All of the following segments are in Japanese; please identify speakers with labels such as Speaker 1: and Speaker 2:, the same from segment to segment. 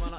Speaker 1: もの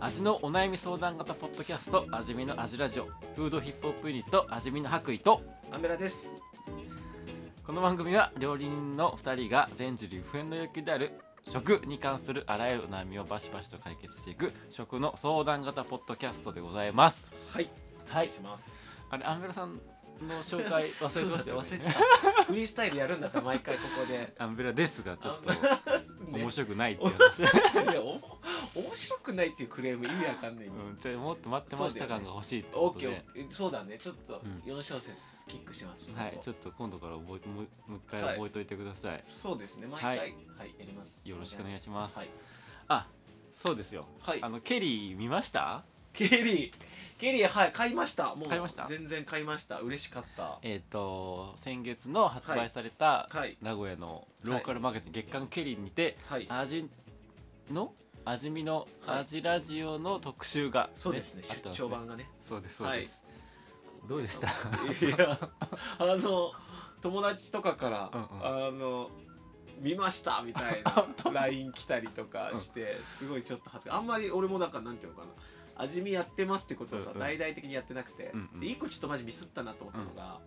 Speaker 2: 味のお悩み相談型ポッドキャスト味見の味ラジオフードヒップホップユニット味見の白衣と
Speaker 3: アンベラです
Speaker 2: この番組は料理人の2人が全時流不変の欲求である食に関するあらゆるお悩みをバシバシと解決していく食の相談型ポッドキャストでございます
Speaker 3: はい
Speaker 2: は
Speaker 3: お願
Speaker 2: い
Speaker 3: いします
Speaker 2: あれアンベラさんの紹介忘れてま
Speaker 3: そうだっ
Speaker 2: した
Speaker 3: て
Speaker 2: よ、ね、
Speaker 3: 忘れてたフリースタイルやるんだった毎回ここで
Speaker 2: アンベラですがちょっと面白くないっていう
Speaker 3: ね
Speaker 2: 話、
Speaker 3: いやお面白くないっていうクレーム意味わかんない、
Speaker 2: うん、じゃあもっと待ってました感が欲しいって
Speaker 3: オ
Speaker 2: こ
Speaker 3: ッ
Speaker 2: と
Speaker 3: ケ
Speaker 2: で、
Speaker 3: ーオッケーそうだねちょっと
Speaker 2: うん
Speaker 3: 4小節キックします、
Speaker 2: はいちょっと今度から覚えもうもう一回覚えといてください、
Speaker 3: そうですね毎回は、
Speaker 2: はい
Speaker 3: やります
Speaker 2: よろしくお願いし
Speaker 3: ま
Speaker 2: ます、
Speaker 3: はい、
Speaker 2: あそうですよ
Speaker 3: はい
Speaker 2: あのケリー見ました
Speaker 3: ケリーケリーはい買いましたもう
Speaker 2: 買いました
Speaker 3: 全然買いました嬉しかった
Speaker 2: えっ、と先月の発
Speaker 3: はい
Speaker 2: 売された
Speaker 3: はい
Speaker 2: 名古屋のローカルマガジン、月刊ケリーにて
Speaker 3: はい
Speaker 2: 味の味見の
Speaker 3: はい
Speaker 2: 味ラジオの特集が、
Speaker 3: そうですね
Speaker 2: あったん
Speaker 3: 出
Speaker 2: です
Speaker 3: 張版がね
Speaker 2: そうですそうです、どうでした
Speaker 3: いやあの友達とかから
Speaker 2: う
Speaker 3: あの見ましたみたいな LINE 来たりとかしてすごいちょっと恥ずかあんまり俺もなんかなんていうのかな味見やってますってことをさ
Speaker 2: うんうん
Speaker 3: 大々的にやってなくて
Speaker 2: うんうん
Speaker 3: で一個ちょっとマジミスったなと思ったのが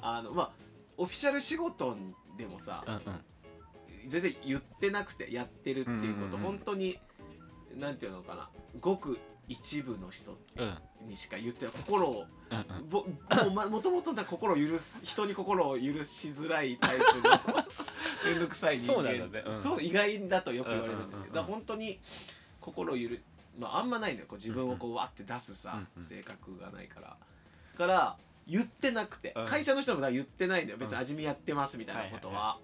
Speaker 3: あのまあオフィシャル仕事でもさ
Speaker 2: うんうん
Speaker 3: 全然言ってなくてやってるっていうこと
Speaker 2: うんうんうん
Speaker 3: 本当になんていうのかなごく一部の人
Speaker 2: うんうん
Speaker 3: にしか言ってない心を
Speaker 2: うん
Speaker 3: ぼもうまもともとな心を許す人に心を許しづらい タイプの面倒くさい人間
Speaker 2: そうなんだねうん
Speaker 3: そう意外だとよく言われるんですけど、
Speaker 2: うんうんうん
Speaker 3: だから
Speaker 2: うん
Speaker 3: 本当に心を許まああんまないんだよこう自分をこうわって出すさ、
Speaker 2: うんうん
Speaker 3: 性格がないからだから言ってなくて、
Speaker 2: うん
Speaker 3: 会社の人もだから言ってないんだよ別に
Speaker 2: うん
Speaker 3: 味見やってますみたいなことは、
Speaker 2: は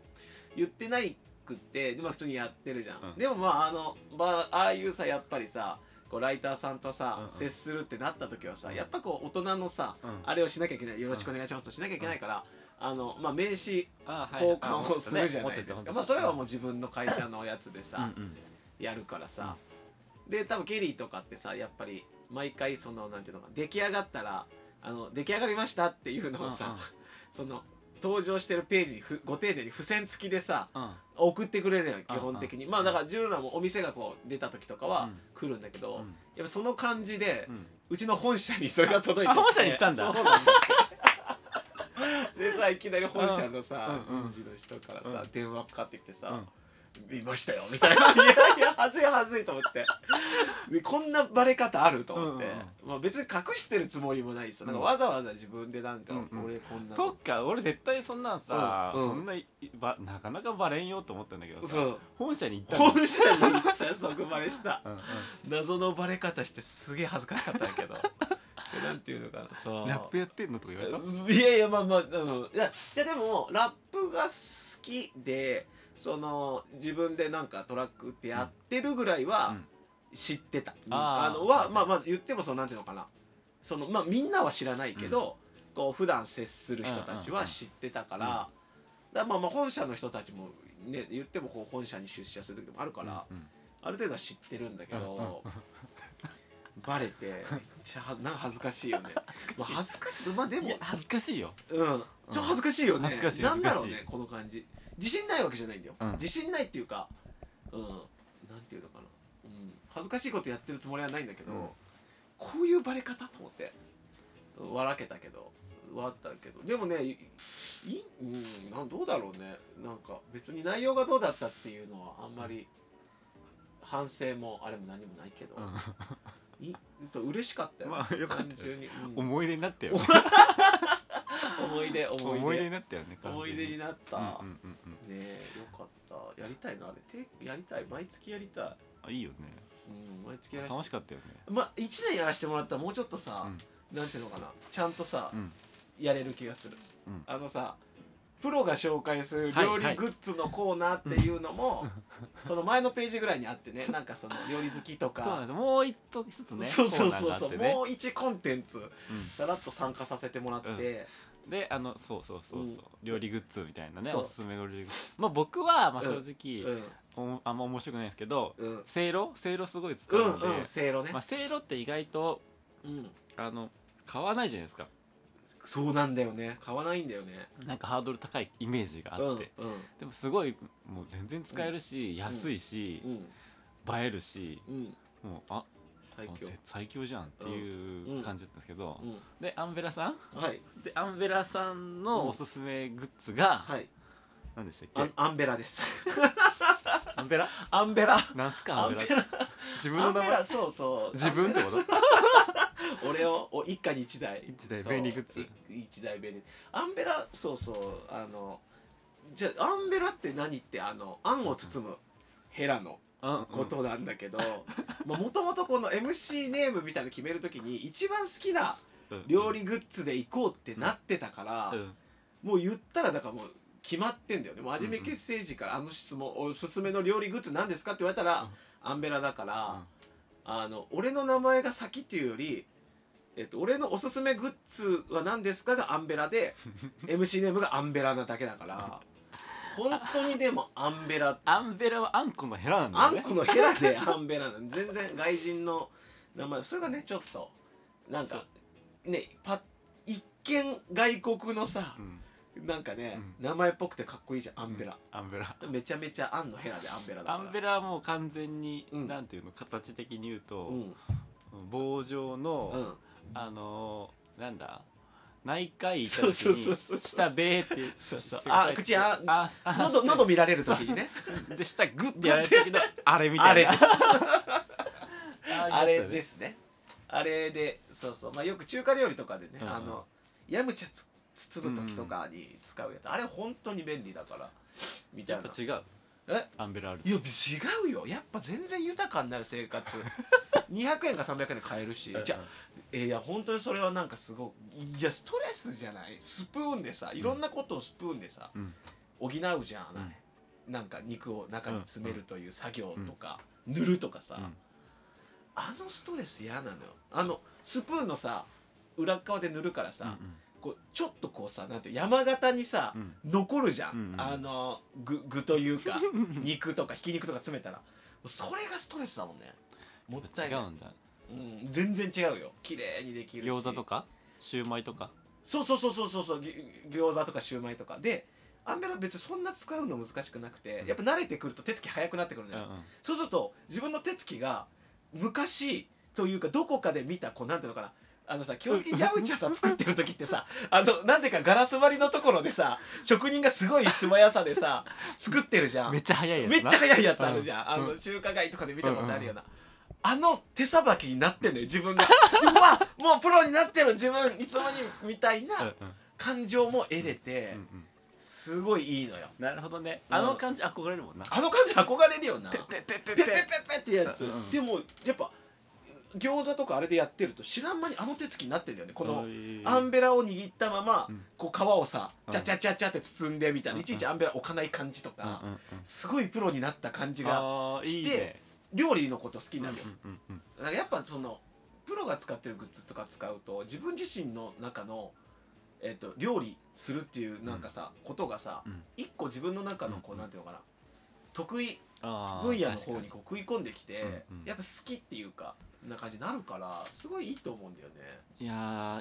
Speaker 2: い
Speaker 3: 言ってないくってでまあ普通にやってるじゃん、
Speaker 2: うん
Speaker 3: でもまああのばああいうさやっぱりさこうライターさんとさ、
Speaker 2: うんうん
Speaker 3: 接するってなった時はさ、
Speaker 2: うん
Speaker 3: やっぱこう大人のさ、
Speaker 2: うん
Speaker 3: あれをしなきゃいけないよろしくお願いしますとしなきゃいけないから、あのまあ、名刺
Speaker 2: あはい
Speaker 3: 交換をするじゃない
Speaker 2: 持って
Speaker 3: で
Speaker 2: た
Speaker 3: す
Speaker 2: 持っ
Speaker 3: か、
Speaker 2: てた
Speaker 3: まあ、それはもう自分の会社のやつで
Speaker 2: うんう
Speaker 3: さ、
Speaker 2: ん
Speaker 3: やるからさ、で多分ケリーとかってさやっぱり毎回そのなんていうのか出来上がったらあの出来上がりましたっていうのをさ、
Speaker 2: うんうん
Speaker 3: その登場してるページにふご丁寧に付箋付きでさ、
Speaker 2: うん
Speaker 3: 送ってくれるのよ基本的に、
Speaker 2: うん
Speaker 3: まあだから自分らもお店がこう出た時とか
Speaker 2: う
Speaker 3: は
Speaker 2: ん
Speaker 3: 来るんだけど、
Speaker 2: うん
Speaker 3: やっぱその感じで、
Speaker 2: う
Speaker 3: うんちの本社にそれが届いて
Speaker 2: あ本社に行ったんだ
Speaker 3: そうなんだ でさいきなり本社のさ、
Speaker 2: うんうん
Speaker 3: 人事の人からさ、
Speaker 2: う
Speaker 3: 電話かかってきてさ、
Speaker 2: うん
Speaker 3: 見ましたよみたいないやいやはずいはずいと思ってでこんなバレ方あると思って、
Speaker 2: うんうん
Speaker 3: まあ、別に隠してるつもりもないしさなんか
Speaker 2: うん
Speaker 3: わざわざ自分でなんか、
Speaker 2: うんうん
Speaker 3: 俺こんなの
Speaker 2: そっか俺絶対そんなんさ、
Speaker 3: うんうん
Speaker 2: そんないばなかなかバレんよと思ったんだけどさ
Speaker 3: そう
Speaker 2: 本社に行ったんだ
Speaker 3: 本社に行った即バレ した
Speaker 2: うんうん
Speaker 3: 謎のバレ方してすげえ恥ずかしかったんだけど それなんていうのかなそう
Speaker 2: ラップやってんのとか言われた
Speaker 3: いやいやまあまああのいやじゃあでもラップが好きでその自分でなんかトラックってやってるぐらいは知ってた、あ
Speaker 2: あー
Speaker 3: のはまあまあ言ってもそのなんていうのかなそのまあみんなは知らないけど、こう普段接する人たちは知ってたから、
Speaker 2: うんうんう
Speaker 3: だ
Speaker 2: ん
Speaker 3: からまあまあ本社の人たちもね言ってもこう本社に出社する時もあるから、
Speaker 2: うんうん
Speaker 3: ある程度は知ってるんだけ
Speaker 2: うんうん
Speaker 3: ど、バレ て、ちょはなんか恥ずかしいよね。まあ、恥ずかしい、まあで
Speaker 2: い
Speaker 3: も
Speaker 2: や、恥ずかしいよ
Speaker 3: うん、ちょ恥ずかしいよね。
Speaker 2: 恥ずかしい
Speaker 3: なんだろう
Speaker 2: 恥ず
Speaker 3: ね
Speaker 2: かし、い
Speaker 3: この感じ。自信ないわけじゃないんだよ。
Speaker 2: うん
Speaker 3: 自信ないっていうか、うん、なんていうのかな。うん、恥ずかしいことやってるつもりはないんだけど、
Speaker 2: うん
Speaker 3: こういうバレ方と思って、笑けたけど、笑ったけど、でもね、い、いうん、なんどうだろうね。なんか別に内容がどうだったっていうのはあんまり反省もあれも何もないけど、い、と嬉しかったよ。
Speaker 2: まあよかったよ
Speaker 3: 単純に、うん
Speaker 2: 思い出になったよね
Speaker 3: 思い出、思い出。
Speaker 2: 思い出になったよね完全に
Speaker 3: 思い出になった、
Speaker 2: うんうんうんうん
Speaker 3: ねえよかったやりたいなあれてやりたい毎月やりたい
Speaker 2: あいいよね
Speaker 3: うん毎月やらせて
Speaker 2: 楽しかったよね
Speaker 3: まあ1年やらせてもらったらもうちょっとさ、なんていうのかなちゃんとさ、
Speaker 2: うん
Speaker 3: やれる気がする、
Speaker 2: うん
Speaker 3: あのさプロが紹介する
Speaker 2: はい
Speaker 3: 料理
Speaker 2: はい
Speaker 3: グッズのコーナーっていうのも、 その前のページぐらいにあってねなんかその料理好きと
Speaker 2: そうなん
Speaker 3: か
Speaker 2: ですもう一と一つね
Speaker 3: そうそうそう
Speaker 2: コーナーがあ
Speaker 3: そ
Speaker 2: っ
Speaker 3: う、
Speaker 2: てね
Speaker 3: もう1コンテンツ
Speaker 2: うん
Speaker 3: さらっと参加させてもらって、
Speaker 2: うんであのそうそうそ
Speaker 3: う
Speaker 2: うそう、
Speaker 3: ん
Speaker 2: 料理グッズみたいなね
Speaker 3: そう
Speaker 2: おすすめの料理グッズまあ僕はま
Speaker 3: う
Speaker 2: あ正
Speaker 3: んう
Speaker 2: 直、
Speaker 3: ん
Speaker 2: おあんま面白くないんですけど、
Speaker 3: うん
Speaker 2: せいろせいろすごい使
Speaker 3: う
Speaker 2: うんので、
Speaker 3: うんせいろね、
Speaker 2: まあ、せいろって意外と
Speaker 3: うん、
Speaker 2: あの買わないじゃないですか
Speaker 3: そうなんだよね買わないんだよね
Speaker 2: なんかハードル高いイメージがあって、で
Speaker 3: うん
Speaker 2: もすごいもう全然使えるし、安いし
Speaker 3: う、ん
Speaker 2: 映えるし
Speaker 3: うんうん
Speaker 2: もうあ
Speaker 3: 最強
Speaker 2: ぜ最強じゃんっていう感じだったんですけど、
Speaker 3: う
Speaker 2: でアンベラさん
Speaker 3: んはい
Speaker 2: でアンベラさん
Speaker 3: うん
Speaker 2: のおすすめグッズが、
Speaker 3: はい
Speaker 2: 何でした
Speaker 3: あ
Speaker 2: っけ
Speaker 3: アンベラです
Speaker 2: アンベラ
Speaker 3: アンベラ
Speaker 2: なんすか
Speaker 3: ア
Speaker 2: ア
Speaker 3: ン
Speaker 2: ン
Speaker 3: ベ
Speaker 2: ベ
Speaker 3: ラ
Speaker 2: ラ自分
Speaker 3: ア
Speaker 2: の
Speaker 3: ンベ
Speaker 2: 名
Speaker 3: ラ
Speaker 2: 前
Speaker 3: そうそう
Speaker 2: 自分ってこと
Speaker 3: 俺をお一家に一台
Speaker 2: 一台
Speaker 3: そう
Speaker 2: 便利グッズ
Speaker 3: い一台便利アンベラそうそうあのじゃあアンベラって何ってあのあんを包むヘラの
Speaker 2: うんうん
Speaker 3: ことなんだけどもともとこの MC ネームみたいなの決めるときに一番好きな
Speaker 2: うん
Speaker 3: 料理グッズで行こうってなってたから、
Speaker 2: うん
Speaker 3: もう言ったらだからもう決まってんだよねもう真面目結成時からあの質問「おすすめの料理グッズ何ですか?」って言われたら、
Speaker 2: うん
Speaker 3: アンベラだから、あの俺の名前が先っていうより、えっと、俺のおすすめグッズは何ですかがアンベラで MC ネームがアンベラなだけだから本当にでもアンベラ
Speaker 2: アンベラはあんこのヘラなんだ
Speaker 3: あ
Speaker 2: よ
Speaker 3: ん
Speaker 2: ね
Speaker 3: このヘラ でアンベラなの全然外人の名前それがねちょっとなんかねパッ一見外国のさ、
Speaker 2: うん
Speaker 3: なんかね、名前っぽくてかっこいいじゃんアンベラ、
Speaker 2: アンベラ
Speaker 3: めちゃめちゃアンのヘラでアンベラだ
Speaker 2: ア
Speaker 3: から
Speaker 2: ンベラはもう完全に、
Speaker 3: うん
Speaker 2: なんていうの形的に言うと、
Speaker 3: うん
Speaker 2: 棒状の、
Speaker 3: うん
Speaker 2: あのー、なんだ内科医いた
Speaker 3: そう
Speaker 2: 時
Speaker 3: そうそう
Speaker 2: に
Speaker 3: そう
Speaker 2: 下べーって
Speaker 3: そうそう
Speaker 2: して
Speaker 3: あ口あ
Speaker 2: ああ
Speaker 3: 喉喉見られる時に ね
Speaker 2: で下グッてやられたけどあれみた
Speaker 3: あ
Speaker 2: い
Speaker 3: れ
Speaker 2: な
Speaker 3: です
Speaker 2: あ
Speaker 3: あれですすねあれでそうそうまあよく中華料理とかでね、
Speaker 2: うんうん
Speaker 3: あのヤムチャつ包む時とかに使うやつ、あれ本当に便利だからみたい
Speaker 2: やっ
Speaker 3: な
Speaker 2: ぱ違う
Speaker 3: え
Speaker 2: アンベラある
Speaker 3: いや違うよやっぱ全然豊かになる生 活200円か300円で買えるしじゃあえーいや本当にそれはなんかすごいいやストレスじゃないスプーンでさいろんなことをスプーンでさ、
Speaker 2: うん
Speaker 3: 補うじゃない、なんか肉を中に詰めるという作業とか、塗るとかさ、
Speaker 2: ん
Speaker 3: あのストレス嫌なのよあのスプーンのさ裏側で塗るからさ、こうちょっとこうさなんていう山形にさ、
Speaker 2: うん
Speaker 3: 残るじゃん、
Speaker 2: うんうん
Speaker 3: あの具具というか 肉とかひき肉とか詰めたらそれがストレスだもんねもったい
Speaker 2: 違、
Speaker 3: ないう
Speaker 2: んだ
Speaker 3: うん、全然違うよ綺麗にできるし
Speaker 2: 餃子とかシューマイとか
Speaker 3: そうそうそうそうそうそうぎ餃子とかシューマイとかでアンベラ別にそんな使うの難しくなくて、やっぱ慣れてくると手つき早くなってくる
Speaker 2: う
Speaker 3: の
Speaker 2: ん
Speaker 3: よ、
Speaker 2: うん
Speaker 3: そうすると自分の手つきが昔というかどこかで見たこうなんていうのかなあのさ基本的にヤムチャさん作ってる時って さあのなぜかガラス張りのところでさ職人がすごい素早さでさ作ってるじゃん
Speaker 2: めっちゃ早いやつな
Speaker 3: めっちゃ早いやつあるじゃん、あ
Speaker 2: う
Speaker 3: の中華街とかで見たことあるような、あの手さばきになってんのよ自分がでうわもうプロになってる自分いつの間にみたいな
Speaker 2: うんうん
Speaker 3: 感情も得れて、
Speaker 2: うんうん
Speaker 3: すごいいいのよ
Speaker 2: なるほどね
Speaker 3: うん
Speaker 2: あの感じ憧れるもんな
Speaker 3: あの感じ憧れるよなペ
Speaker 2: ペペペ
Speaker 3: ペペペってやつ、
Speaker 2: うん
Speaker 3: でもやっぱ餃子とかあれでやってると知らん間にあの手つきになってんだよねこのアンベラを握ったまま、こう皮をさ
Speaker 2: うん
Speaker 3: チャチャチャチャって包んでみたいな、
Speaker 2: うん
Speaker 3: いちいちアンベラ置かない感じとか、
Speaker 2: うんうんうん
Speaker 3: すごいプロになった感じが
Speaker 2: あー
Speaker 3: し
Speaker 2: いい
Speaker 3: て
Speaker 2: ね
Speaker 3: 料理のこと好き
Speaker 2: うん
Speaker 3: な
Speaker 2: う
Speaker 3: の
Speaker 2: ん
Speaker 3: よ、
Speaker 2: うんうん
Speaker 3: だからやっぱそのプロが使ってるグッズとか使うと自分自身の中の、えっと料理するっていうなんかさ、ことがさ、
Speaker 2: うん
Speaker 3: 一個自分の中のこ
Speaker 2: う
Speaker 3: うんなんていうのかな得意
Speaker 2: あー
Speaker 3: 分野の
Speaker 2: 確
Speaker 3: 方
Speaker 2: か
Speaker 3: にこう食い込んできて
Speaker 2: うんうん
Speaker 3: やっぱ好きっていうかな感じになるからすごいいいと思うんだよね
Speaker 2: いや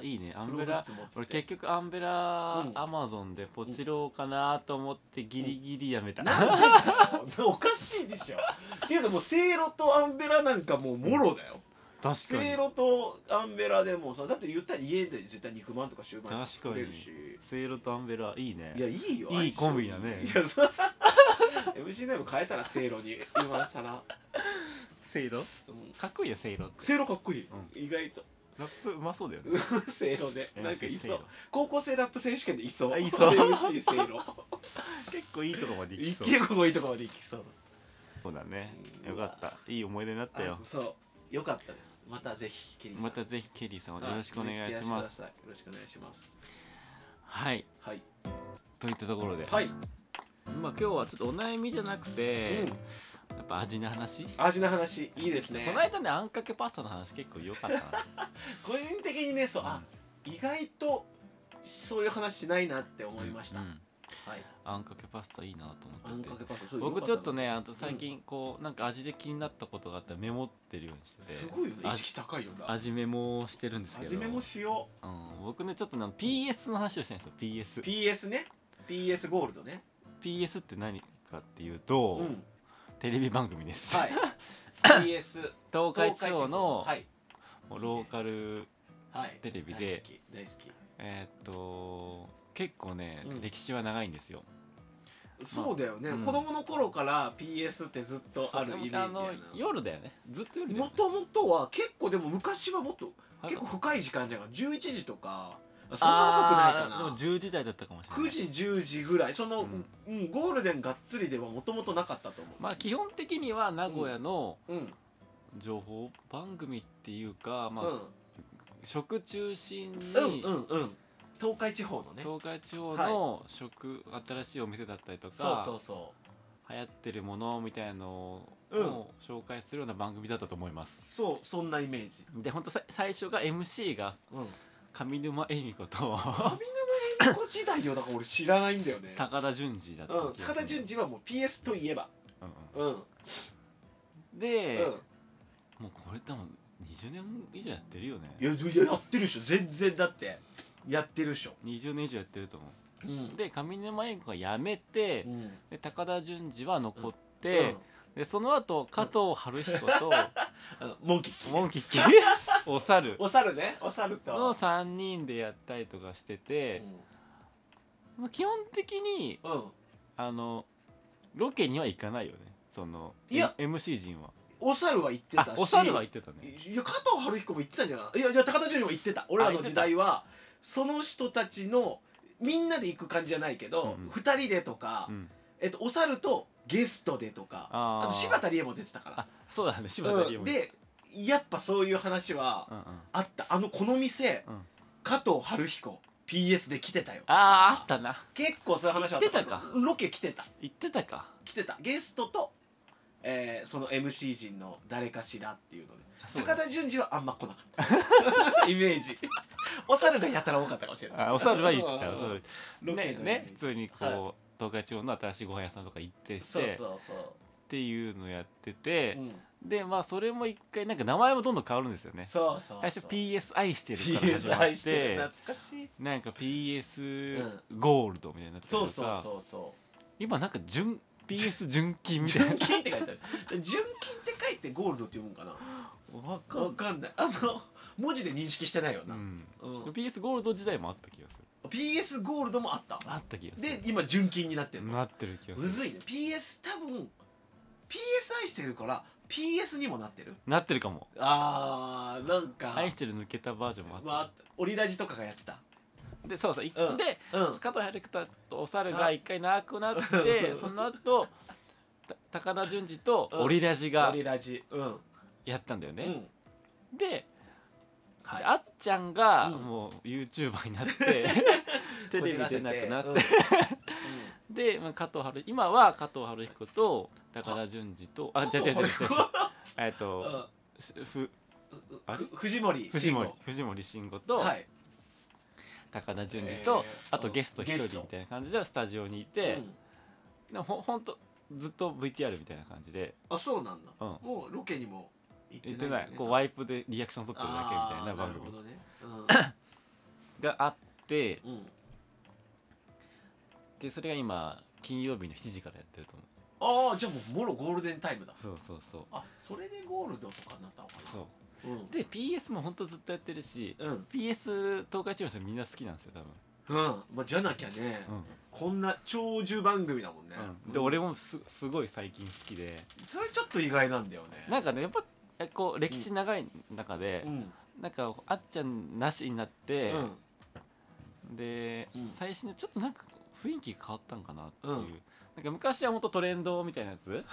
Speaker 2: ーいいねアンベ
Speaker 3: プログッ
Speaker 2: ラ
Speaker 3: ズ持つって
Speaker 2: 俺結局アンベラ、
Speaker 3: うん
Speaker 2: アマゾンでポチろうかなと思ってギリギリやめた、
Speaker 3: なんでだよおかしいでしょっていうのもうせいろとアンベラなんかもうもろだよ
Speaker 2: 確か
Speaker 3: せい
Speaker 2: に
Speaker 3: ろとアンベラでもうさだって言ったら家で絶対肉まんとかシューマイとか
Speaker 2: 確
Speaker 3: 作
Speaker 2: か
Speaker 3: れる
Speaker 2: に
Speaker 3: し
Speaker 2: せいろとアンベラいいね
Speaker 3: いやいいよ
Speaker 2: いいコンビだね
Speaker 3: いやそう MC ネーム変えたらせいろに今さら
Speaker 2: せいろ
Speaker 3: うん
Speaker 2: かっこいいよせいろって
Speaker 3: せいろかっこいい、
Speaker 2: うん
Speaker 3: 意外と
Speaker 2: ラップうまそうだよね
Speaker 3: せいろでなんかい
Speaker 2: せ
Speaker 3: そ
Speaker 2: ろ
Speaker 3: う高校生ラップ選手権でいそう
Speaker 2: あいそう
Speaker 3: MC せいろ
Speaker 2: 結構いいとこまで いき
Speaker 3: 一
Speaker 2: そう
Speaker 3: 気にここいいとこまで行きそう
Speaker 2: そうだね
Speaker 3: うん
Speaker 2: よかったいい思い出になったよ
Speaker 3: あそう良かったですまたぜひケリーさん
Speaker 2: またぜひケリーさん
Speaker 3: は
Speaker 2: よろしくお願い
Speaker 3: お付き合
Speaker 2: します
Speaker 3: くださいよろしくお願いします
Speaker 2: はい
Speaker 3: はい
Speaker 2: といったところで、
Speaker 3: はい、
Speaker 2: まあ、今日はちょっとお悩みじゃなくて、
Speaker 3: うん
Speaker 2: やっぱ味の話こ
Speaker 3: 味の話いいですね
Speaker 2: の間ねあんかけパスタの話結構良かったな
Speaker 3: 個人的にねそうあ意外とそういう話しないなって思いました、
Speaker 2: うん
Speaker 3: はい
Speaker 2: あんかけパスタいいなと
Speaker 3: あ
Speaker 2: 思っ
Speaker 3: ん
Speaker 2: てて
Speaker 3: かけパスタそう
Speaker 2: 僕
Speaker 3: よか
Speaker 2: ちょ
Speaker 3: た
Speaker 2: っとねあと最近こうなんか味で気になったことがあったらメモってるようにしてて
Speaker 3: すごいよね意
Speaker 2: あ
Speaker 3: 識高いよな
Speaker 2: 味メモをしてるんですけど
Speaker 3: 味メモしよ
Speaker 2: うん、僕ねちょっとな PS の話をしたいんで
Speaker 3: う
Speaker 2: すよ
Speaker 3: PS ね PS ゴールドね
Speaker 2: PSPS って何かっていうと、
Speaker 3: うん
Speaker 2: テレビ番組です、
Speaker 3: はい PS
Speaker 2: 東海地方の
Speaker 3: はい
Speaker 2: ローカル、
Speaker 3: はい
Speaker 2: テレビで
Speaker 3: 大好き大好
Speaker 2: えーっと結構ね、
Speaker 3: うん
Speaker 2: 歴史は長いんですよ
Speaker 3: きそうだよね、
Speaker 2: うん
Speaker 3: 子供の頃から PS ってずっとあるイ
Speaker 2: そう
Speaker 3: メージ
Speaker 2: でも
Speaker 3: や
Speaker 2: あの夜だよねずっと夜
Speaker 3: な
Speaker 2: だよ
Speaker 3: も
Speaker 2: ね
Speaker 3: ともとは結構でも昔はもっと
Speaker 2: あ
Speaker 3: 結構深い時間じゃん11時とかあそんな遅くないか
Speaker 2: あーで
Speaker 3: な
Speaker 2: も10時台だったかもしれない
Speaker 3: 9時10時ぐらいその、
Speaker 2: うん
Speaker 3: うんゴールデンがっつりではもともとなかったと思
Speaker 2: まあ基本的には名古屋の
Speaker 3: ううん
Speaker 2: 情報番組っていうか、
Speaker 3: う
Speaker 2: ま
Speaker 3: ん
Speaker 2: あ、食中心に、
Speaker 3: うんうんうん東海地方のね
Speaker 2: 東海地方の食、新しいお店だったりとか
Speaker 3: そうそうそう
Speaker 2: 流行ってるものみたいのを
Speaker 3: うん
Speaker 2: 紹介するような番組だったと思います、
Speaker 3: そうそんなイメージ
Speaker 2: で本当さ最初が MC が
Speaker 3: うん
Speaker 2: 上沼恵美子と
Speaker 3: 上沼恵美子時代よだから俺知らないんだ よね
Speaker 2: 高田純次だった
Speaker 3: うん
Speaker 2: 気が
Speaker 3: 高
Speaker 2: する
Speaker 3: 田純次はもう PS といえば
Speaker 2: う
Speaker 3: う
Speaker 2: ん
Speaker 3: んうん
Speaker 2: うんで、
Speaker 3: い
Speaker 2: もうこれ多分20年以上やってるよね
Speaker 3: やいややってるでしょ全然だってやってるでしょ
Speaker 2: 20年以上やってると思う
Speaker 3: うん
Speaker 2: で上沼恵美子が辞めて、
Speaker 3: うん
Speaker 2: で高田純次は残って、
Speaker 3: うん
Speaker 2: でその後加藤晴彦と、
Speaker 3: あのモンキッキ
Speaker 2: モンキッ キーお猿
Speaker 3: お猿ねお猿と
Speaker 2: の3人でやったりとかして
Speaker 3: う
Speaker 2: て、
Speaker 3: ん
Speaker 2: まあ、基本的に
Speaker 3: うん
Speaker 2: あのロケには行かないよねその
Speaker 3: いや
Speaker 2: M- MC 陣は
Speaker 3: お猿は行ってたし
Speaker 2: あお猿は行ってたね
Speaker 3: いや加藤晴彦も言ってたんじゃないいやいや高田純次も言ってた俺らの時代はその人たちのみんなで行く感じじゃないけど、
Speaker 2: うんうん
Speaker 3: 二2人でとか、
Speaker 2: うん
Speaker 3: えっと、お猿とゲストでとか
Speaker 2: あ
Speaker 3: あ
Speaker 2: ー
Speaker 3: と柴田理恵も出てたか
Speaker 2: あそうだね柴
Speaker 3: ら、
Speaker 2: 田理恵
Speaker 3: う
Speaker 2: も
Speaker 3: ん、でやっぱそういう話は
Speaker 2: うんうんあ
Speaker 3: あったあのこの店、
Speaker 2: うん
Speaker 3: 加藤晴彦 PS で来てたよ
Speaker 2: あーあったな
Speaker 3: 結構そういう話はあった
Speaker 2: 行ってたか
Speaker 3: ロケ来てた
Speaker 2: 行ってたか
Speaker 3: 来てたゲストと、えーその MC 陣の誰かしらっていうので
Speaker 2: そう
Speaker 3: 高
Speaker 2: だ
Speaker 3: 田純次はあんま来なかった イメージお猿がやたら多かったかもしれない
Speaker 2: あお猿は行っ
Speaker 3: う
Speaker 2: た
Speaker 3: ん
Speaker 2: お猿
Speaker 3: ロケのイ
Speaker 2: ね
Speaker 3: メージ
Speaker 2: ね普通にこう、
Speaker 3: は
Speaker 2: 東海地方の新しいご飯屋さんとか行ってて
Speaker 3: そう
Speaker 2: っ
Speaker 3: そうそう、
Speaker 2: ていうのやってて
Speaker 3: う、ん、
Speaker 2: でまあそれも一回なんか名前もどんどん変わるんですよね
Speaker 3: そうそう
Speaker 2: 最初
Speaker 3: そう
Speaker 2: PS 愛してるから始
Speaker 3: PS
Speaker 2: まっ
Speaker 3: 愛して
Speaker 2: て
Speaker 3: る懐かしい
Speaker 2: なんか PS
Speaker 3: う
Speaker 2: ゴールドみたいになって
Speaker 3: そう
Speaker 2: る
Speaker 3: そう
Speaker 2: か
Speaker 3: そうそ
Speaker 2: 今なんか純 PS 純金
Speaker 3: う
Speaker 2: みたい
Speaker 3: 純
Speaker 2: な
Speaker 3: 金って書いてある純金って書いてゴールドって読むんかな
Speaker 2: わか
Speaker 3: わかんないあの文字で認識してないよ
Speaker 2: う
Speaker 3: な、うん
Speaker 2: ん PS ゴールド時代もあった気がする
Speaker 3: PS ゴールドもあった
Speaker 2: あった気がす
Speaker 3: で
Speaker 2: る
Speaker 3: 今純金になってるの、
Speaker 2: なってる気がす
Speaker 3: む
Speaker 2: る
Speaker 3: ずいね PS 多分 PS 愛してるから PS にもなってる
Speaker 2: なってるかも
Speaker 3: あーなんか
Speaker 2: 愛してる抜けたバージョンもあった、
Speaker 3: まあ、オリラジとかがやってた
Speaker 2: でそうそう、い
Speaker 3: うん
Speaker 2: で
Speaker 3: うん
Speaker 2: 加藤春樹とお猿が一回長くなって
Speaker 3: うん
Speaker 2: その後た高田純次と
Speaker 3: うん
Speaker 2: オリラジが
Speaker 3: オリラジうん、
Speaker 2: やったんだよ
Speaker 3: う
Speaker 2: ね、
Speaker 3: ん
Speaker 2: で
Speaker 3: はい、
Speaker 2: あっちゃんが
Speaker 3: うん
Speaker 2: もう YouTuber になって テレビ出なくなっ
Speaker 3: こ
Speaker 2: て
Speaker 3: じらせ
Speaker 2: で、まあ、加藤春今は加藤春彦と高田純次とあ
Speaker 3: うん
Speaker 2: 違う違う違う違う
Speaker 3: 加藤
Speaker 2: えっと
Speaker 3: 春
Speaker 2: ふ
Speaker 3: 子
Speaker 2: あれ
Speaker 3: ふ藤森
Speaker 2: 藤森
Speaker 3: 慎
Speaker 2: 藤森慎
Speaker 3: 吾
Speaker 2: 吾と
Speaker 3: はい
Speaker 2: 高田純次
Speaker 3: えー
Speaker 2: とあとゲスト
Speaker 3: ゲ
Speaker 2: 一
Speaker 3: スト
Speaker 2: 人みたいな感じでスタジオにいて
Speaker 3: うん
Speaker 2: でもほほんとずっと VTR みたいな感じで
Speaker 3: あそうなんだ、
Speaker 2: うん
Speaker 3: もうロケにも行って
Speaker 2: 言
Speaker 3: ない,、
Speaker 2: ってないこう
Speaker 3: イ
Speaker 2: ワイプでリアクション取ってるだけみたいな番
Speaker 3: なるほ
Speaker 2: 組
Speaker 3: どね
Speaker 2: があって
Speaker 3: うん、うん、
Speaker 2: でそれが今金曜日の7時からやってると思
Speaker 3: ああじゃあもうもろゴールデンタイムだ
Speaker 2: うそうそうそう
Speaker 3: あそれでゴールドとかになったのかな
Speaker 2: そううで PS もほんとずっとやってるし
Speaker 3: んうん
Speaker 2: PS 東海地方の人みんな好きなんですよ多分
Speaker 3: うんまあ、じゃなきゃね、
Speaker 2: うん
Speaker 3: こんな長寿番組だもんね、
Speaker 2: うんで俺もすすごい最近好きで
Speaker 3: それちょっと意外なんだよね
Speaker 2: なんかねやっぱえこう歴史長い中で
Speaker 3: う、ん
Speaker 2: なんかあっちゃんなしになって、
Speaker 3: うん
Speaker 2: で、
Speaker 3: うん
Speaker 2: 最新でちょっとなんか雰囲気変わったんかなっていう、
Speaker 3: うん
Speaker 2: なんか昔は本当トレンドみたいなや つ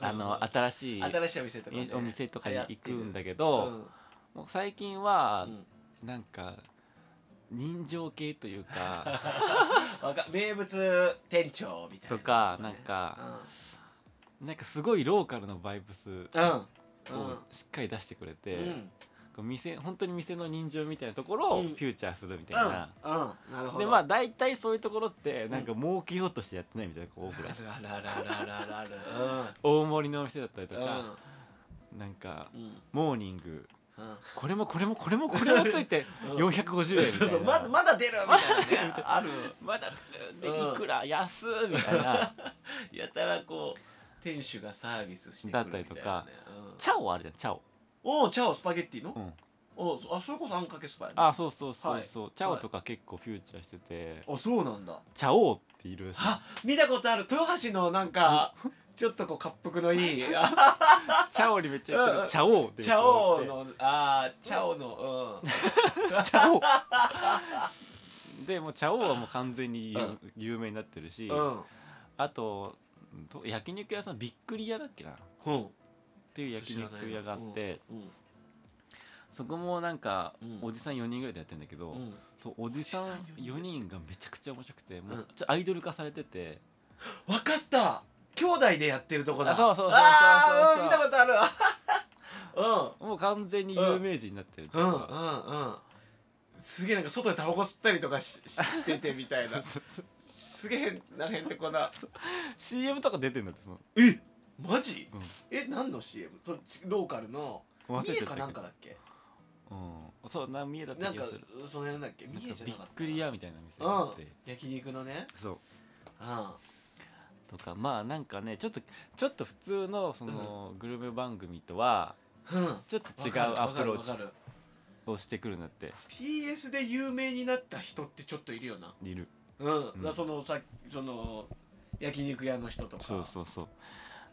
Speaker 2: あの新しい
Speaker 3: 新しいお店とか、ね、
Speaker 2: お店とかに行くんだけ
Speaker 3: け
Speaker 2: ど、もう最近は
Speaker 3: うんうん
Speaker 2: なんか人情系とい うか
Speaker 3: わか名物店長みたいな
Speaker 2: とかなんかなんかすごいローカルのバイブス
Speaker 3: うんうん
Speaker 2: をしっかり出してくれて、
Speaker 3: うん
Speaker 2: こう店本当に店の人情みたいなところを
Speaker 3: うん
Speaker 2: フューチャーするみたい
Speaker 3: うん
Speaker 2: な、
Speaker 3: うんなるほど
Speaker 2: でまあ大体そういうところってなんか儲けようとしてやってないみたいなこう多くない
Speaker 3: あららららららら
Speaker 2: 大盛りのお店だったりと
Speaker 3: うん
Speaker 2: か、なんか
Speaker 3: うんうん
Speaker 2: モーニング
Speaker 3: うん
Speaker 2: これもこれもこれもこれもついて
Speaker 3: うん
Speaker 2: 450円みたいな
Speaker 3: そうそうまだまだ出るみたいなねある
Speaker 2: まだで
Speaker 3: うん
Speaker 2: いくら安みたい な
Speaker 3: やたらこう店主がサービスしてくるみたいな、ね、
Speaker 2: だった
Speaker 3: り
Speaker 2: チャオあるじゃんチャオ、
Speaker 3: おおチャオスパゲッティの、
Speaker 2: うん
Speaker 3: おそあそれこそあんかけスパイ
Speaker 2: あそうそうそ
Speaker 3: は
Speaker 2: う
Speaker 3: い
Speaker 2: そう、チャオとか結構フューチャーしてて
Speaker 3: あそうなんだ
Speaker 2: チャオっているらしい
Speaker 3: あ見たことある豊橋のなんかちょっとこう恰幅の いいあ
Speaker 2: チャオにめっちゃやって
Speaker 3: うん
Speaker 2: るチャオって
Speaker 3: チャオのあーチャオのうん
Speaker 2: チャオ でもうチャオはもう完全に有有名になってるし、
Speaker 3: うん
Speaker 2: あとと焼肉屋さんびっくり屋だっけなっ
Speaker 3: うん
Speaker 2: ていう焼肉屋があって
Speaker 3: うん
Speaker 2: そこもなんか
Speaker 3: うん
Speaker 2: おじさん4人ぐらいでやってんだけど、
Speaker 3: うん
Speaker 2: そうおじさん
Speaker 3: おじさん
Speaker 2: 4
Speaker 3: 4
Speaker 2: 人がめちゃくちゃ面白くても
Speaker 3: う
Speaker 2: うんちょアイドル化されてて、
Speaker 3: わかった兄弟でやってるとこだ
Speaker 2: あそうそうそうそうそう
Speaker 3: あーうん見たことある わ
Speaker 2: もう完全に有名人になってるって
Speaker 3: う
Speaker 2: い
Speaker 3: ん
Speaker 2: う
Speaker 3: うん
Speaker 2: か
Speaker 3: うんうんすげえなんか外でタバコ吸ったりとかしししててみたい なすげえ変な変ってこな
Speaker 2: CM とか出てんだってその
Speaker 3: えマジ、
Speaker 2: うん
Speaker 3: え何の CM? そのちローカルの
Speaker 2: 忘
Speaker 3: 三
Speaker 2: れち
Speaker 3: 重
Speaker 2: ゃ
Speaker 3: か
Speaker 2: ったけ
Speaker 3: な
Speaker 2: ど
Speaker 3: んかだっけ
Speaker 2: うん、そうな三重だった
Speaker 3: なん
Speaker 2: 気
Speaker 3: か
Speaker 2: がする
Speaker 3: その辺だっけ三
Speaker 2: な
Speaker 3: 重
Speaker 2: ん
Speaker 3: じ
Speaker 2: か
Speaker 3: ゃ
Speaker 2: び
Speaker 3: な
Speaker 2: っ
Speaker 3: かった
Speaker 2: くり屋みたいな店があって、
Speaker 3: うん焼肉のね
Speaker 2: そう
Speaker 3: うんあ
Speaker 2: とかまあなんかねちょっとちょっと普通のそのグルメ番組とは
Speaker 3: うん
Speaker 2: ちょっと違う
Speaker 3: わか
Speaker 2: ア
Speaker 3: る
Speaker 2: プロ
Speaker 3: わ
Speaker 2: ー
Speaker 3: か
Speaker 2: チ
Speaker 3: るわかる
Speaker 2: をしてくるんだって
Speaker 3: PS で有名になった人ってちょっといるよない
Speaker 2: る
Speaker 3: うん、
Speaker 2: ん
Speaker 3: だからそのさその焼肉屋の人とか
Speaker 2: そうそうそう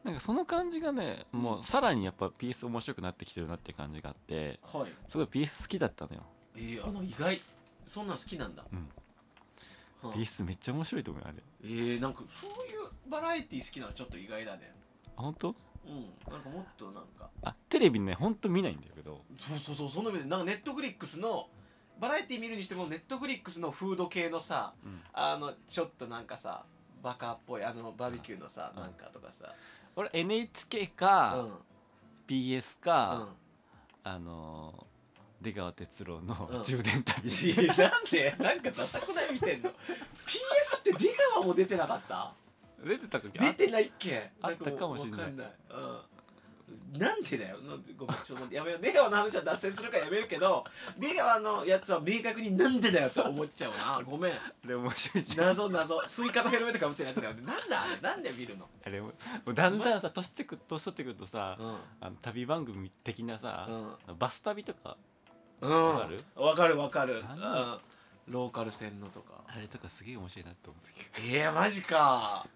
Speaker 2: なんかその感じがねもうさらにやっぱ PS 面白くなってきてるなって感じがあって
Speaker 3: はい
Speaker 2: すごい PS 好きだったのよ
Speaker 3: えー、あの意外そんなん好きなんだ、
Speaker 2: うん
Speaker 3: はあ
Speaker 2: PS めっちゃ面白いと思うよあれ
Speaker 3: えー、なんかそういうバラエティー好きなのちょっと意外だね
Speaker 2: あ本当
Speaker 3: うんなんかもっとなんか
Speaker 2: あテレビねほんと見ないんだけど
Speaker 3: そうそうそうその目でなんかネットフリックスのバラエティー見るにしてもネットフリックスのフード系のさ、
Speaker 2: うん
Speaker 3: あのちょっとなんかさバカっぽいあのバーベキューのさ、
Speaker 2: うん
Speaker 3: なんかとかさ
Speaker 2: 俺 NHK
Speaker 3: うんう
Speaker 2: か
Speaker 3: ん
Speaker 2: PS か、あのー出川哲朗の
Speaker 3: うん
Speaker 2: 「充電旅」
Speaker 3: いやなんでなんかダサくない見てんの PS って出川も出てなかった
Speaker 2: 出てたっけ
Speaker 3: 出てないっけ
Speaker 2: あったかもしんない
Speaker 3: んかもうわかんない、うん、なんでだよなんでごめんちょっと待ってやめよう出川の話は脱線するからやめるけど出川のやつは明確になんでだよと思っちゃうなごめん
Speaker 2: あれ面白いじゃん
Speaker 3: 謎謎スイカのヘルメットかぶってるやつだよねなんだあれなんで見るの
Speaker 2: あれももうだんだんさ年ってく年取ってくるとさ、
Speaker 3: うん
Speaker 2: あの旅番組的なさ、バス旅とか
Speaker 3: うん
Speaker 2: わかる
Speaker 3: わかるわかる
Speaker 2: なんだ
Speaker 3: うんローカル線のとか
Speaker 2: あれとかすげえ面白いなって思って
Speaker 3: えー、マジか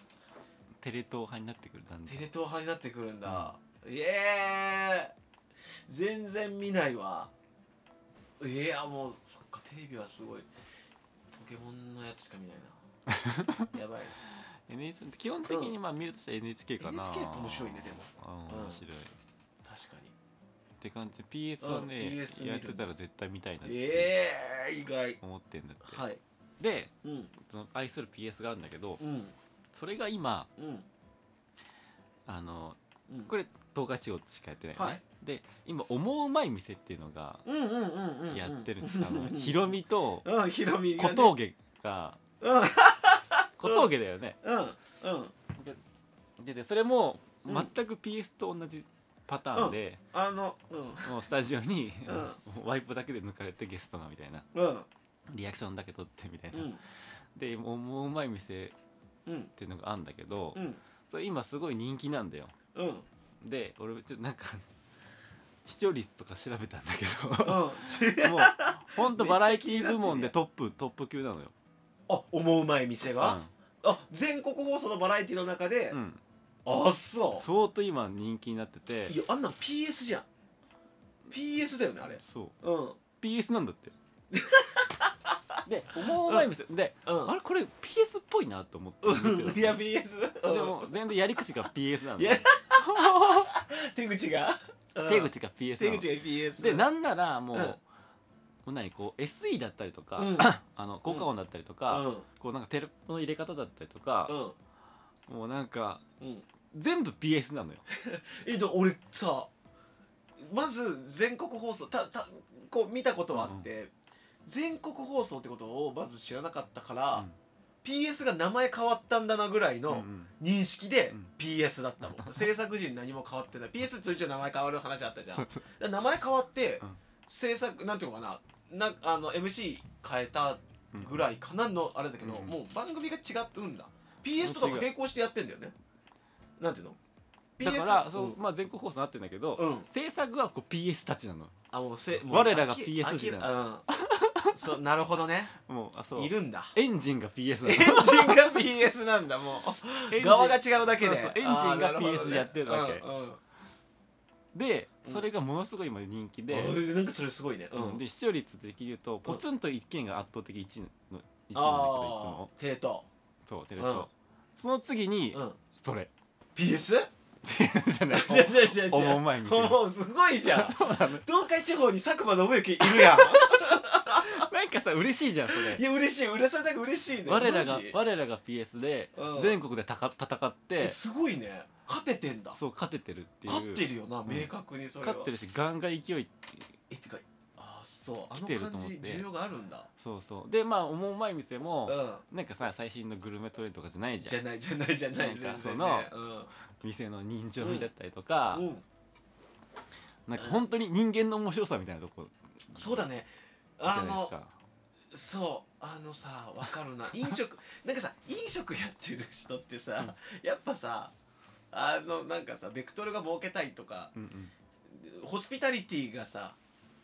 Speaker 2: テレ東派になってくるだんだ
Speaker 3: テレ東派になってくるんだ、いえ全然見ないわいやもうそっかテレビはすごいポケモンのやつしか見ない なやばい
Speaker 2: NHK 基本的にまあ見るとしたら NHK かな
Speaker 3: NHK って面白いねでも
Speaker 2: うん面白い、っ
Speaker 3: 確かに
Speaker 2: て感じで PS はね、
Speaker 3: うん PS 見る
Speaker 2: やってたら絶対見たいなって
Speaker 3: ええ意外
Speaker 2: 思ってんだって、
Speaker 3: はい
Speaker 2: で
Speaker 3: うん
Speaker 2: その愛する PS があるんだけど
Speaker 3: うん
Speaker 2: それが今
Speaker 3: うん
Speaker 2: あの
Speaker 3: うん
Speaker 2: これ東海地方しかやってないよね、
Speaker 3: はい
Speaker 2: で今「思ううまい店」っていうのが
Speaker 3: うんうんうんうんうん
Speaker 2: やってるんです、あ のひろみと
Speaker 3: うんひろみが
Speaker 2: 小
Speaker 3: ね
Speaker 2: 峠が
Speaker 3: うん
Speaker 2: 小峠だよね、
Speaker 3: うんうん
Speaker 2: ででそれも
Speaker 3: うん
Speaker 2: 全く PS と同じパターンで、
Speaker 3: あのうん
Speaker 2: もうスタジオに、
Speaker 3: う
Speaker 2: ワイプだけで抜かれてゲストがみたいな
Speaker 3: うん
Speaker 2: リアクションだけ取ってみたいうな、
Speaker 3: ん
Speaker 2: でもうもううまい店っ
Speaker 3: うん
Speaker 2: ていうのがあるんだけど、
Speaker 3: うん
Speaker 2: それ今すごい人気なんだよ
Speaker 3: うん うん
Speaker 2: で俺ちょっとなんか視聴率とか調べたんだけど もうほんとバラエティ部門でトップトップ級なのよ、
Speaker 3: あ思うまい店
Speaker 2: う
Speaker 3: が、
Speaker 2: ん
Speaker 3: あ全国放送のバラエティの中で、
Speaker 2: うん、
Speaker 3: あそう
Speaker 2: 相当今人気になってて
Speaker 3: いやあんなん PS じゃん PS だよねあれ
Speaker 2: そう
Speaker 3: うん
Speaker 2: PS なんだってで思う前に見せで、
Speaker 3: うん
Speaker 2: あれこれ PS っぽいなと思って見て
Speaker 3: い
Speaker 2: た
Speaker 3: や PS
Speaker 2: でも全然やり口が PS なん
Speaker 3: い
Speaker 2: で
Speaker 3: や手口がうん
Speaker 2: 手口が PS
Speaker 3: 手
Speaker 2: なの
Speaker 3: 口が PS
Speaker 2: でなんならもう、
Speaker 3: うん
Speaker 2: もう何こう SE だったりとか、
Speaker 3: うん
Speaker 2: あの効果音だったりとか、
Speaker 3: うん
Speaker 2: こうなんかテレポの入れ方だったりとか
Speaker 3: う、ん
Speaker 2: もうなんか
Speaker 3: うん
Speaker 2: 全部 PS なのよ
Speaker 3: えでも俺さまず全国放送たたこう見たことはあって、全国放送ってことをまず知らなかったから、
Speaker 2: うん
Speaker 3: PS が名前変わったんだなぐらいの
Speaker 2: うん
Speaker 3: 認識で
Speaker 2: うん
Speaker 3: PS だったも ん、制作時に何も変わってない PS ちょいちょい名前変わる話あったじゃんだから名前変わって、
Speaker 2: うん
Speaker 3: 制作なんていうのかななあの MC 変えた
Speaker 2: うん
Speaker 3: ぐらいかなのあれだけど、
Speaker 2: うん
Speaker 3: もう番組が違うんだ PS とかも並行してやってんだよねなんていうの
Speaker 2: だから、そううまあ、全国放送になってんだけど、
Speaker 3: うん
Speaker 2: 制作はこう PS たちなの
Speaker 3: あもうせもう
Speaker 2: 我らが
Speaker 3: あき
Speaker 2: PS 時代
Speaker 3: あうんそうなるほどね
Speaker 2: もうあそう
Speaker 3: いるん だ
Speaker 2: エンジンが PS な
Speaker 3: エン
Speaker 2: の
Speaker 3: ジンが PS なんだも
Speaker 2: エンジ
Speaker 3: う
Speaker 2: ン
Speaker 3: 側が違うだけで
Speaker 2: そうそうエンジンが
Speaker 3: あーなるほど
Speaker 2: PS でやってるわけ
Speaker 3: うんうん
Speaker 2: でそれがものすごい今人気で,、
Speaker 3: あなんかそれすごいねうん
Speaker 2: で視聴率的に言うとポツンと一件が圧倒的1の1位なんだけどいつ
Speaker 3: あ
Speaker 2: も
Speaker 3: ーテート
Speaker 2: そうテレ東、その次に、
Speaker 3: うん
Speaker 2: それ
Speaker 3: PS?
Speaker 2: じ ゃない
Speaker 3: 違う違う違う違う
Speaker 2: 思う前に見てる
Speaker 3: もうすごいじゃ ん東海地方に佐久間信行いるやん
Speaker 2: なんかさ嬉しいじゃんそれ
Speaker 3: いや嬉しい嬉しいだけ嬉しいね
Speaker 2: 我ら
Speaker 3: マ
Speaker 2: が
Speaker 3: ジ
Speaker 2: 我らが PS で
Speaker 3: うん
Speaker 2: 全国でたか戦って
Speaker 3: すごいね勝ててんだ
Speaker 2: そう勝ててるっていう
Speaker 3: 勝ってるよなん明確にそれは
Speaker 2: 勝ってるしガンガン勢いって
Speaker 3: えてかあーそうあ
Speaker 2: 来てると
Speaker 3: の
Speaker 2: 思って
Speaker 3: 感じ需要があるんだ
Speaker 2: そうそうでまあ思う前店も
Speaker 3: う、ん
Speaker 2: なんかさ最新のグルメトレンドとかじゃないじ
Speaker 3: じ
Speaker 2: ゃ
Speaker 3: ゃ
Speaker 2: ん
Speaker 3: ないじゃないじゃない
Speaker 2: なんか
Speaker 3: 全然ね
Speaker 2: その
Speaker 3: うん
Speaker 2: 店の人情味だったりとか、
Speaker 3: うん
Speaker 2: なんか本当に人間の面白さみたいなとこ
Speaker 3: そうだね
Speaker 2: じゃ
Speaker 3: あ
Speaker 2: ないです
Speaker 3: の
Speaker 2: か
Speaker 3: そうあのさわか るな飲食なんかさ飲食やってる人ってさやっぱさあのなんかさベクトルが儲けたいとか
Speaker 2: うんうん
Speaker 3: ホスピタリティがさ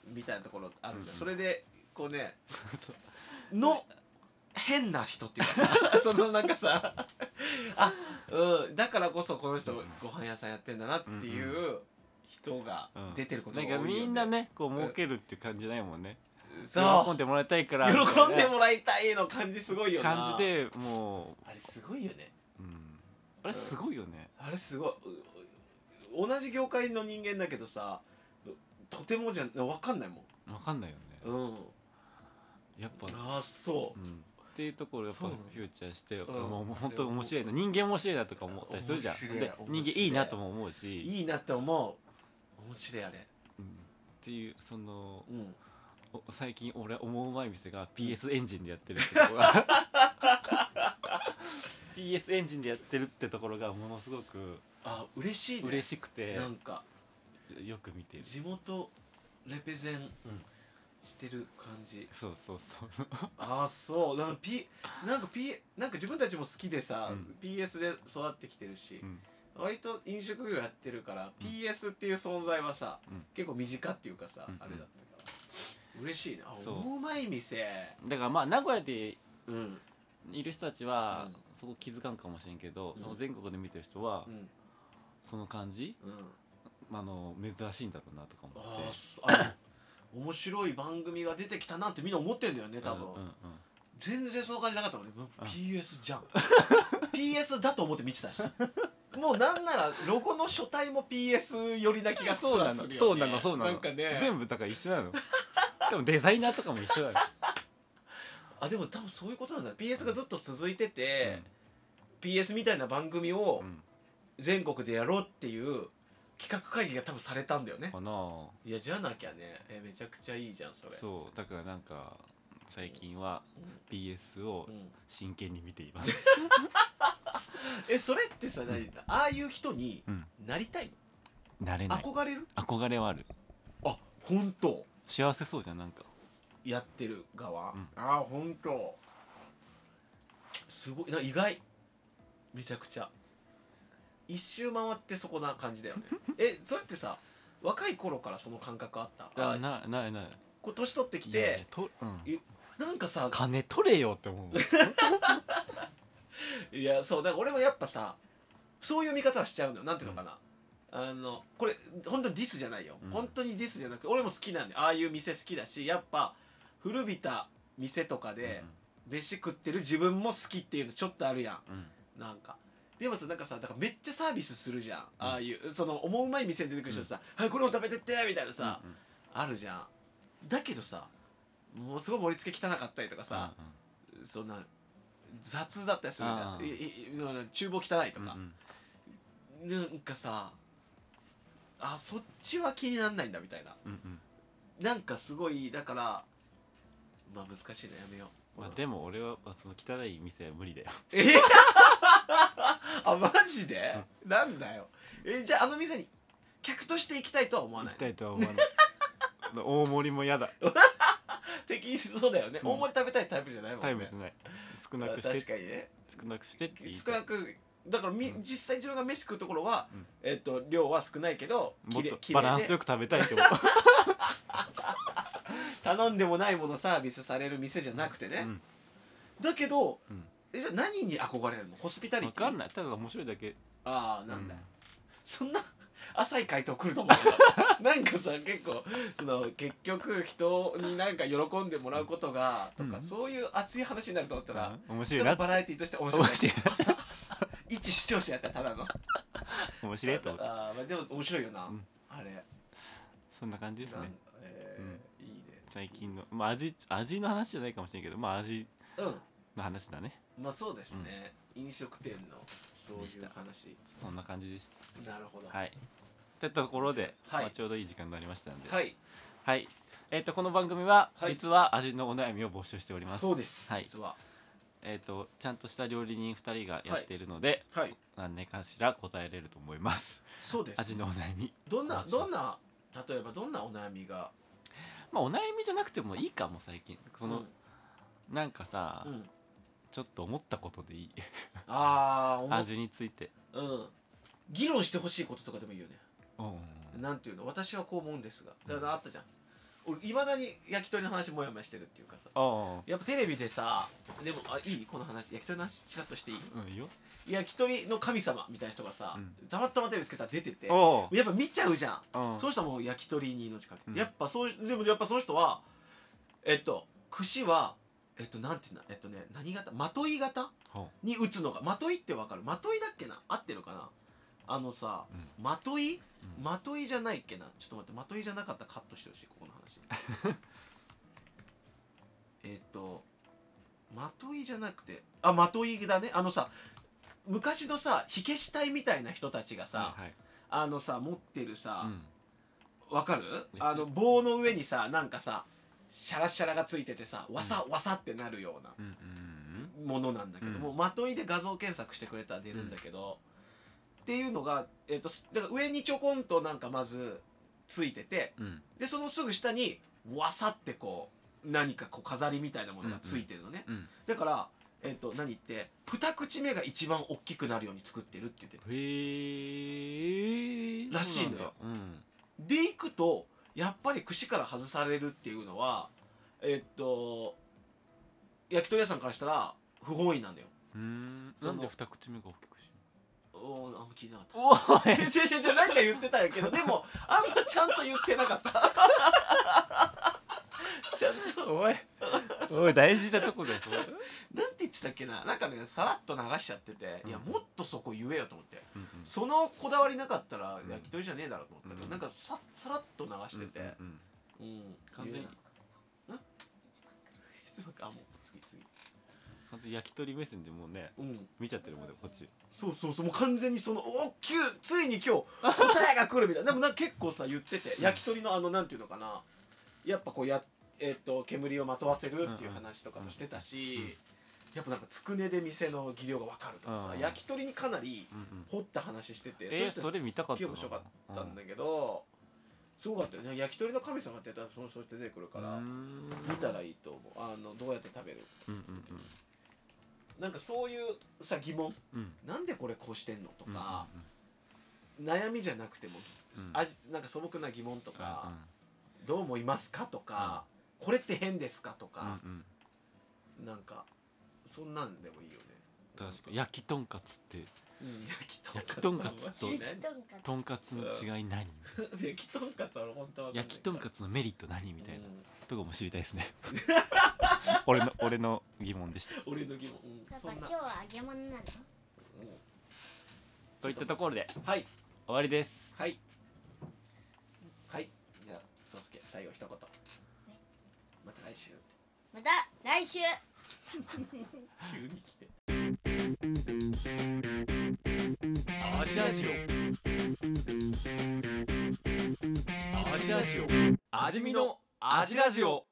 Speaker 3: みたいなところあるんだ、
Speaker 2: うんうん
Speaker 3: それでこう ねの変な人っていうかさ そのなんか さあ、うん、だからこそこの人ご飯屋さんやってんだなっていう人が
Speaker 2: うん
Speaker 3: 出てることが多い
Speaker 2: な
Speaker 3: よ、
Speaker 2: んか
Speaker 3: ね
Speaker 2: みんなねこう儲けるっていう感じじゃないもんね喜
Speaker 3: そ
Speaker 2: ん
Speaker 3: う
Speaker 2: でもらいたいから
Speaker 3: 喜んで
Speaker 2: み
Speaker 3: もらいたいの感じすごい
Speaker 2: た
Speaker 3: よ
Speaker 2: い
Speaker 3: な
Speaker 2: な感じでも
Speaker 3: あれすごいよね
Speaker 2: う、うん、あれすごいよね、
Speaker 3: あれすごいう同じ業界の人間だけどさとてもじゃ分かんないも
Speaker 2: わかんないよね、
Speaker 3: んうん
Speaker 2: やっぱ、
Speaker 3: ああそう
Speaker 2: うん、っていうところをやっぱ
Speaker 3: そうなの
Speaker 2: フューチャーして、
Speaker 3: ん
Speaker 2: もうもう本当に面白いな人間面白いなとか思ったりするじゃん
Speaker 3: 面白い
Speaker 2: で人
Speaker 3: 面
Speaker 2: 間
Speaker 3: 白い
Speaker 2: いいなとも思うし、
Speaker 3: いいなって思う面白いあれ
Speaker 2: うん、っていうその
Speaker 3: うん
Speaker 2: お最近俺思うまい店が PS エンジンでやってるってとこ ろが PS エンジンでやってるってところがものすごく
Speaker 3: あ嬉しいね
Speaker 2: 嬉しくて
Speaker 3: なんか
Speaker 2: よく見てる
Speaker 3: 地元レペゼンしてる感じ、
Speaker 2: そうそうそう
Speaker 3: ああそうなんか P なんか P なんか自分たちも好きでさ、
Speaker 2: うん
Speaker 3: PS で育ってきてるし、
Speaker 2: うん
Speaker 3: 割と飲食業やってるから、PS っていう存在はさ、
Speaker 2: うん
Speaker 3: 結構身近っていうかさ、
Speaker 2: うん
Speaker 3: あれだったから嬉しいなあ
Speaker 2: そう
Speaker 3: 思うまい店
Speaker 2: だからまあ名古屋で
Speaker 3: うん
Speaker 2: いる人たちは
Speaker 3: うん
Speaker 2: そこ気づかんかもしれんけど、
Speaker 3: うん
Speaker 2: その全国で見てる人は
Speaker 3: うん
Speaker 2: その感じ、
Speaker 3: うん
Speaker 2: あの珍しいんだろうなとか思
Speaker 3: あ
Speaker 2: っ
Speaker 3: ー
Speaker 2: て
Speaker 3: そあ面白い番組が出てきたなってみんな思ってんだよね多分、
Speaker 2: うんうんうん
Speaker 3: 全然その感じなかったもんね、PS じゃん PS だと思って見てたしもうなんならロゴの書体も PS 寄りな気がする
Speaker 2: そうなの
Speaker 3: するよね
Speaker 2: そうなのそうなの
Speaker 3: なんかね
Speaker 2: 全部だから一緒なのでもデザイナーとかも一緒なの、
Speaker 3: あでも多分そういうことなんだ PS がずっと続いてて、PS みたいな番組
Speaker 2: う
Speaker 3: を
Speaker 2: んうん
Speaker 3: 全国でやろうっていう企画会議が多分されたんだよね
Speaker 2: かなあ
Speaker 3: いやじゃなきゃねえめちゃくちゃいいじゃんそれ
Speaker 2: そうだからなんか最近は
Speaker 3: うん
Speaker 2: BS を
Speaker 3: うん
Speaker 2: 真剣に見ています、
Speaker 3: えそれってさ何ああいう人に
Speaker 2: うん、
Speaker 3: なりたい
Speaker 2: 慣れ
Speaker 3: の
Speaker 2: ない
Speaker 3: 憧れる
Speaker 2: 憧れはある
Speaker 3: あ本当
Speaker 2: 幸せそうじゃんなんか
Speaker 3: やってる側、
Speaker 2: うん
Speaker 3: ああ本当すごいな意外めちゃくちゃ一周回ってそこな感じだよ ねえそれってさ若い頃からその感覚あった
Speaker 2: あ
Speaker 3: あ
Speaker 2: なないない
Speaker 3: こう年取ってき
Speaker 2: いや
Speaker 3: て
Speaker 2: と、うん、
Speaker 3: いなんかさ
Speaker 2: 金取れよって思う
Speaker 3: いやそうだから俺もやっぱさそういう見方はしちゃうのよなんていうのかな、あのこれ本当にディスじゃないよ、
Speaker 2: うん
Speaker 3: 本当にディスじゃなくて俺も好きなんでああいう店好きだしやっぱ古びた店とかで飯食ってる自分も好きっていうのちょっとあるやん
Speaker 2: うん
Speaker 3: なんかでもさなんかさだからめっちゃサービスするじゃん、ああいうその思うまい店に出てくる人さ「はいこれも食べてって」みたいなさ、
Speaker 2: うん
Speaker 3: あるじゃんだけどさものすごい盛り付け汚かったりとかさ、そんな雑だったりするじゃ
Speaker 2: あ
Speaker 3: ん
Speaker 2: ー
Speaker 3: いいい厨房汚いと
Speaker 2: うんうん
Speaker 3: か
Speaker 2: う、ん
Speaker 3: なんかさあそっちは気になんないんだみたいな
Speaker 2: うんうん
Speaker 3: なんかすごいだからまあ難しいねやめよう、
Speaker 2: まあ
Speaker 3: うん
Speaker 2: でも俺はその汚い店は無理だよ
Speaker 3: え あマジで、なんだよえじゃああの店に客として行きたいとは思わ
Speaker 2: 行
Speaker 3: ない
Speaker 2: きたいとは思わない大盛りも嫌だ
Speaker 3: 的にそうだよね、
Speaker 2: うん
Speaker 3: 大盛り食べたいタイプじゃないもんね
Speaker 2: タイムしない少なく
Speaker 3: あ
Speaker 2: し
Speaker 3: 確か
Speaker 2: て
Speaker 3: にね
Speaker 2: 少なくしてって言い
Speaker 3: 少
Speaker 2: たい
Speaker 3: なくだからみ、
Speaker 2: うん
Speaker 3: 実際自分が飯食うところは、
Speaker 2: うん
Speaker 3: えっと量は少ないけど
Speaker 2: も
Speaker 3: き
Speaker 2: っ
Speaker 3: れ
Speaker 2: と
Speaker 3: き
Speaker 2: バラ
Speaker 3: れ
Speaker 2: ン
Speaker 3: い
Speaker 2: ス
Speaker 3: で
Speaker 2: よく食べたいってこと
Speaker 3: 頼んでもないものサービスされる店じゃなくてね、
Speaker 2: うん
Speaker 3: だけど、
Speaker 2: うん
Speaker 3: えじゃあ何に憧れるのホスピタリ
Speaker 2: わ
Speaker 3: ティ
Speaker 2: かんないただ面白いだけ
Speaker 3: ああなんだ、
Speaker 2: うん
Speaker 3: そんな浅い回答来ると思うなんかさ結構その結局人になんか喜んでもらうことがとか、
Speaker 2: うん
Speaker 3: そういう熱い話になると思ったら、
Speaker 2: うん面白
Speaker 3: た
Speaker 2: い
Speaker 3: だ
Speaker 2: な
Speaker 3: バラエティとして面白い
Speaker 2: 面白い
Speaker 3: 朝一視聴者やったらただの
Speaker 2: 面白いと思って
Speaker 3: あー、まあ、でも面白いよな、
Speaker 2: うん
Speaker 3: あれ
Speaker 2: そんな感じです
Speaker 3: なん
Speaker 2: ね
Speaker 3: えーいいね
Speaker 2: 最近のまあ味味の話じゃないかもしれんけどまあ味
Speaker 3: う
Speaker 2: の話だね
Speaker 3: んまあそうですね、飲食店のそういう話
Speaker 2: そんな感じです
Speaker 3: なるほど
Speaker 2: はいといったところで、
Speaker 3: はい
Speaker 2: まあちょうどいい時間になりましたんで
Speaker 3: はい
Speaker 2: はいえっ、とこの番組は、
Speaker 3: はい
Speaker 2: 実は味のお悩みを募集しております
Speaker 3: そうです、
Speaker 2: はい
Speaker 3: 実は
Speaker 2: えっ、とちゃんとした料理人2人がやっているので、
Speaker 3: はい
Speaker 2: 何年かしら答えれると思います
Speaker 3: そうです
Speaker 2: 味のお悩み
Speaker 3: どんな
Speaker 2: 味
Speaker 3: どんな例えばどんなお悩みが
Speaker 2: まあお悩みじゃなくてもいいかも最近その、なんかさ、
Speaker 3: うんうん
Speaker 2: ちょっと思ったことでいい
Speaker 3: ああ
Speaker 2: 味について
Speaker 3: うん議論してほしいこととかでもいいよね
Speaker 2: うん
Speaker 3: なんていうの私はこう思うんですがだからあったじゃん俺いまだに焼き鳥の話もやもやしてるっていうかさ
Speaker 2: あ
Speaker 3: やっぱテレビでさでもあいいこの話焼き鳥の話チラッとしていい
Speaker 2: うんいいよ
Speaker 3: 焼き鳥の神様みたいな人がさ、
Speaker 2: うん
Speaker 3: たまたまテレビつけたら出ててや
Speaker 2: お
Speaker 3: っぱ見ちゃうじゃん、
Speaker 2: おうん
Speaker 3: そうしたらもう焼き鳥に命かけて、
Speaker 2: うん
Speaker 3: やっぱそうでもやっぱその人はえっと串はえっとなんていうんだえっとね何型まとい型
Speaker 2: ほ
Speaker 3: に打つのがまといってわかるまといだっけな合ってるかなあのさ、
Speaker 2: う
Speaker 3: まとい
Speaker 2: うん
Speaker 3: まといじゃないっけなちょっと待ってまといじゃなかったらカットしてほしいここの話 えっとまといじゃなくてあまといだねあのさ昔のさ火消し隊みたいな人たちが
Speaker 2: う
Speaker 3: さ、
Speaker 2: はいはい
Speaker 3: あのさ持ってるさ
Speaker 2: う、ん
Speaker 3: わかるあの棒の上にさなんかさシャラシャラがついててさわさわさってなるような
Speaker 2: うんうん
Speaker 3: ものなんだけど、
Speaker 2: うん
Speaker 3: もうまといで画像検索してくれたら出るんだけど、っていうのが、えっとすだから上にちょこんとなんかまずついてて
Speaker 2: うんうん
Speaker 3: でそのすぐ下にわさってこう何かこう飾りみたいなものがついてるのね、
Speaker 2: うん
Speaker 3: だから、えっと何言って二口目が一番大きくなるように作ってるって言ってた
Speaker 2: へえ
Speaker 3: らしいのよ
Speaker 2: うん
Speaker 3: でいくとやっぱり串から外されるっていうのはえっと焼き鳥屋さんからしたら不本意なんだよ。
Speaker 2: うん
Speaker 3: そ
Speaker 2: な
Speaker 3: の
Speaker 2: んで二口目が大きくし
Speaker 3: おーあんま聞いてなかった。
Speaker 2: お
Speaker 3: 違う違う違うなんか言ってたんやけどでもあんまちゃんと言ってなかった ちゃんと
Speaker 2: おいおい大事なとこだよそれ
Speaker 3: なんて言ってたっけななんかねさらっと流しちゃってて、いや
Speaker 2: うん
Speaker 3: もっとそこ言えよと思って
Speaker 2: うんうん
Speaker 3: そのこだわりなかったら
Speaker 2: うん
Speaker 3: 焼き鳥じゃねえだろうと思ったけど、
Speaker 2: うん
Speaker 3: なんかささらっと流してて、
Speaker 2: うんうん
Speaker 3: うん
Speaker 2: 完全に
Speaker 3: 言えない ん いつばっかあもう次次
Speaker 2: 完全に焼き鳥目線でもうね
Speaker 3: うん
Speaker 2: 見ちゃってるもんねこっち
Speaker 3: そうそうそうもう完全にそのおっきゅうついに今 日答えが来るみたいなでもなんか結構さ言ってて焼き鳥のあのなんていうのかなやっぱこうやえっと煙をまとわせるっていう話とかもしてたし、
Speaker 2: うんうん
Speaker 3: やっぱなんかつくねで店の技量が分かるとかさ、
Speaker 2: うん
Speaker 3: 焼き鳥にかなり
Speaker 2: うんうん
Speaker 3: 掘った話してて、
Speaker 2: えー
Speaker 3: したら
Speaker 2: それ見たかった
Speaker 3: すっげえ
Speaker 2: な
Speaker 3: 面白かったんだけど、すごかったよね焼き鳥の神様ってやったらその人出てくるか
Speaker 2: う
Speaker 3: ら、
Speaker 2: ーん
Speaker 3: 見たらいいと思うあのどうやって食べる
Speaker 2: うんうんうん
Speaker 3: なんかそういうさ疑問
Speaker 2: うん
Speaker 3: なんでこれこうしてんのと
Speaker 2: うん
Speaker 3: か、悩みじゃなくても、
Speaker 2: うん
Speaker 3: あじなんか素朴な疑問と
Speaker 2: う
Speaker 3: か
Speaker 2: ん、
Speaker 3: どう思いますかとか、これって変ですかとか
Speaker 2: う、んうん
Speaker 3: なんかそんなんでもいいよね
Speaker 2: 確かに焼きとんかつって
Speaker 3: うん焼きとんかつ
Speaker 2: 焼きとんかつと
Speaker 3: はね
Speaker 2: と
Speaker 4: 焼きとんか
Speaker 2: んかつの違い何
Speaker 3: 焼きとんかつは本当はわかんない
Speaker 2: 焼きとんかつのメリット何みたいな
Speaker 3: う
Speaker 2: とかも知りたいです ね俺の俺の疑問でした
Speaker 3: 俺の疑問、うん
Speaker 4: だか
Speaker 3: そ
Speaker 4: ら
Speaker 3: ん
Speaker 4: 今
Speaker 3: な
Speaker 4: 日、は揚げ物なの
Speaker 3: うん
Speaker 2: といったところで
Speaker 3: はい
Speaker 2: 終わりです
Speaker 3: はいはいじゃあ宗介最後一言また来週
Speaker 4: また来週
Speaker 3: 急に来て
Speaker 5: アジラジオアジラジオ味見のアジラジオ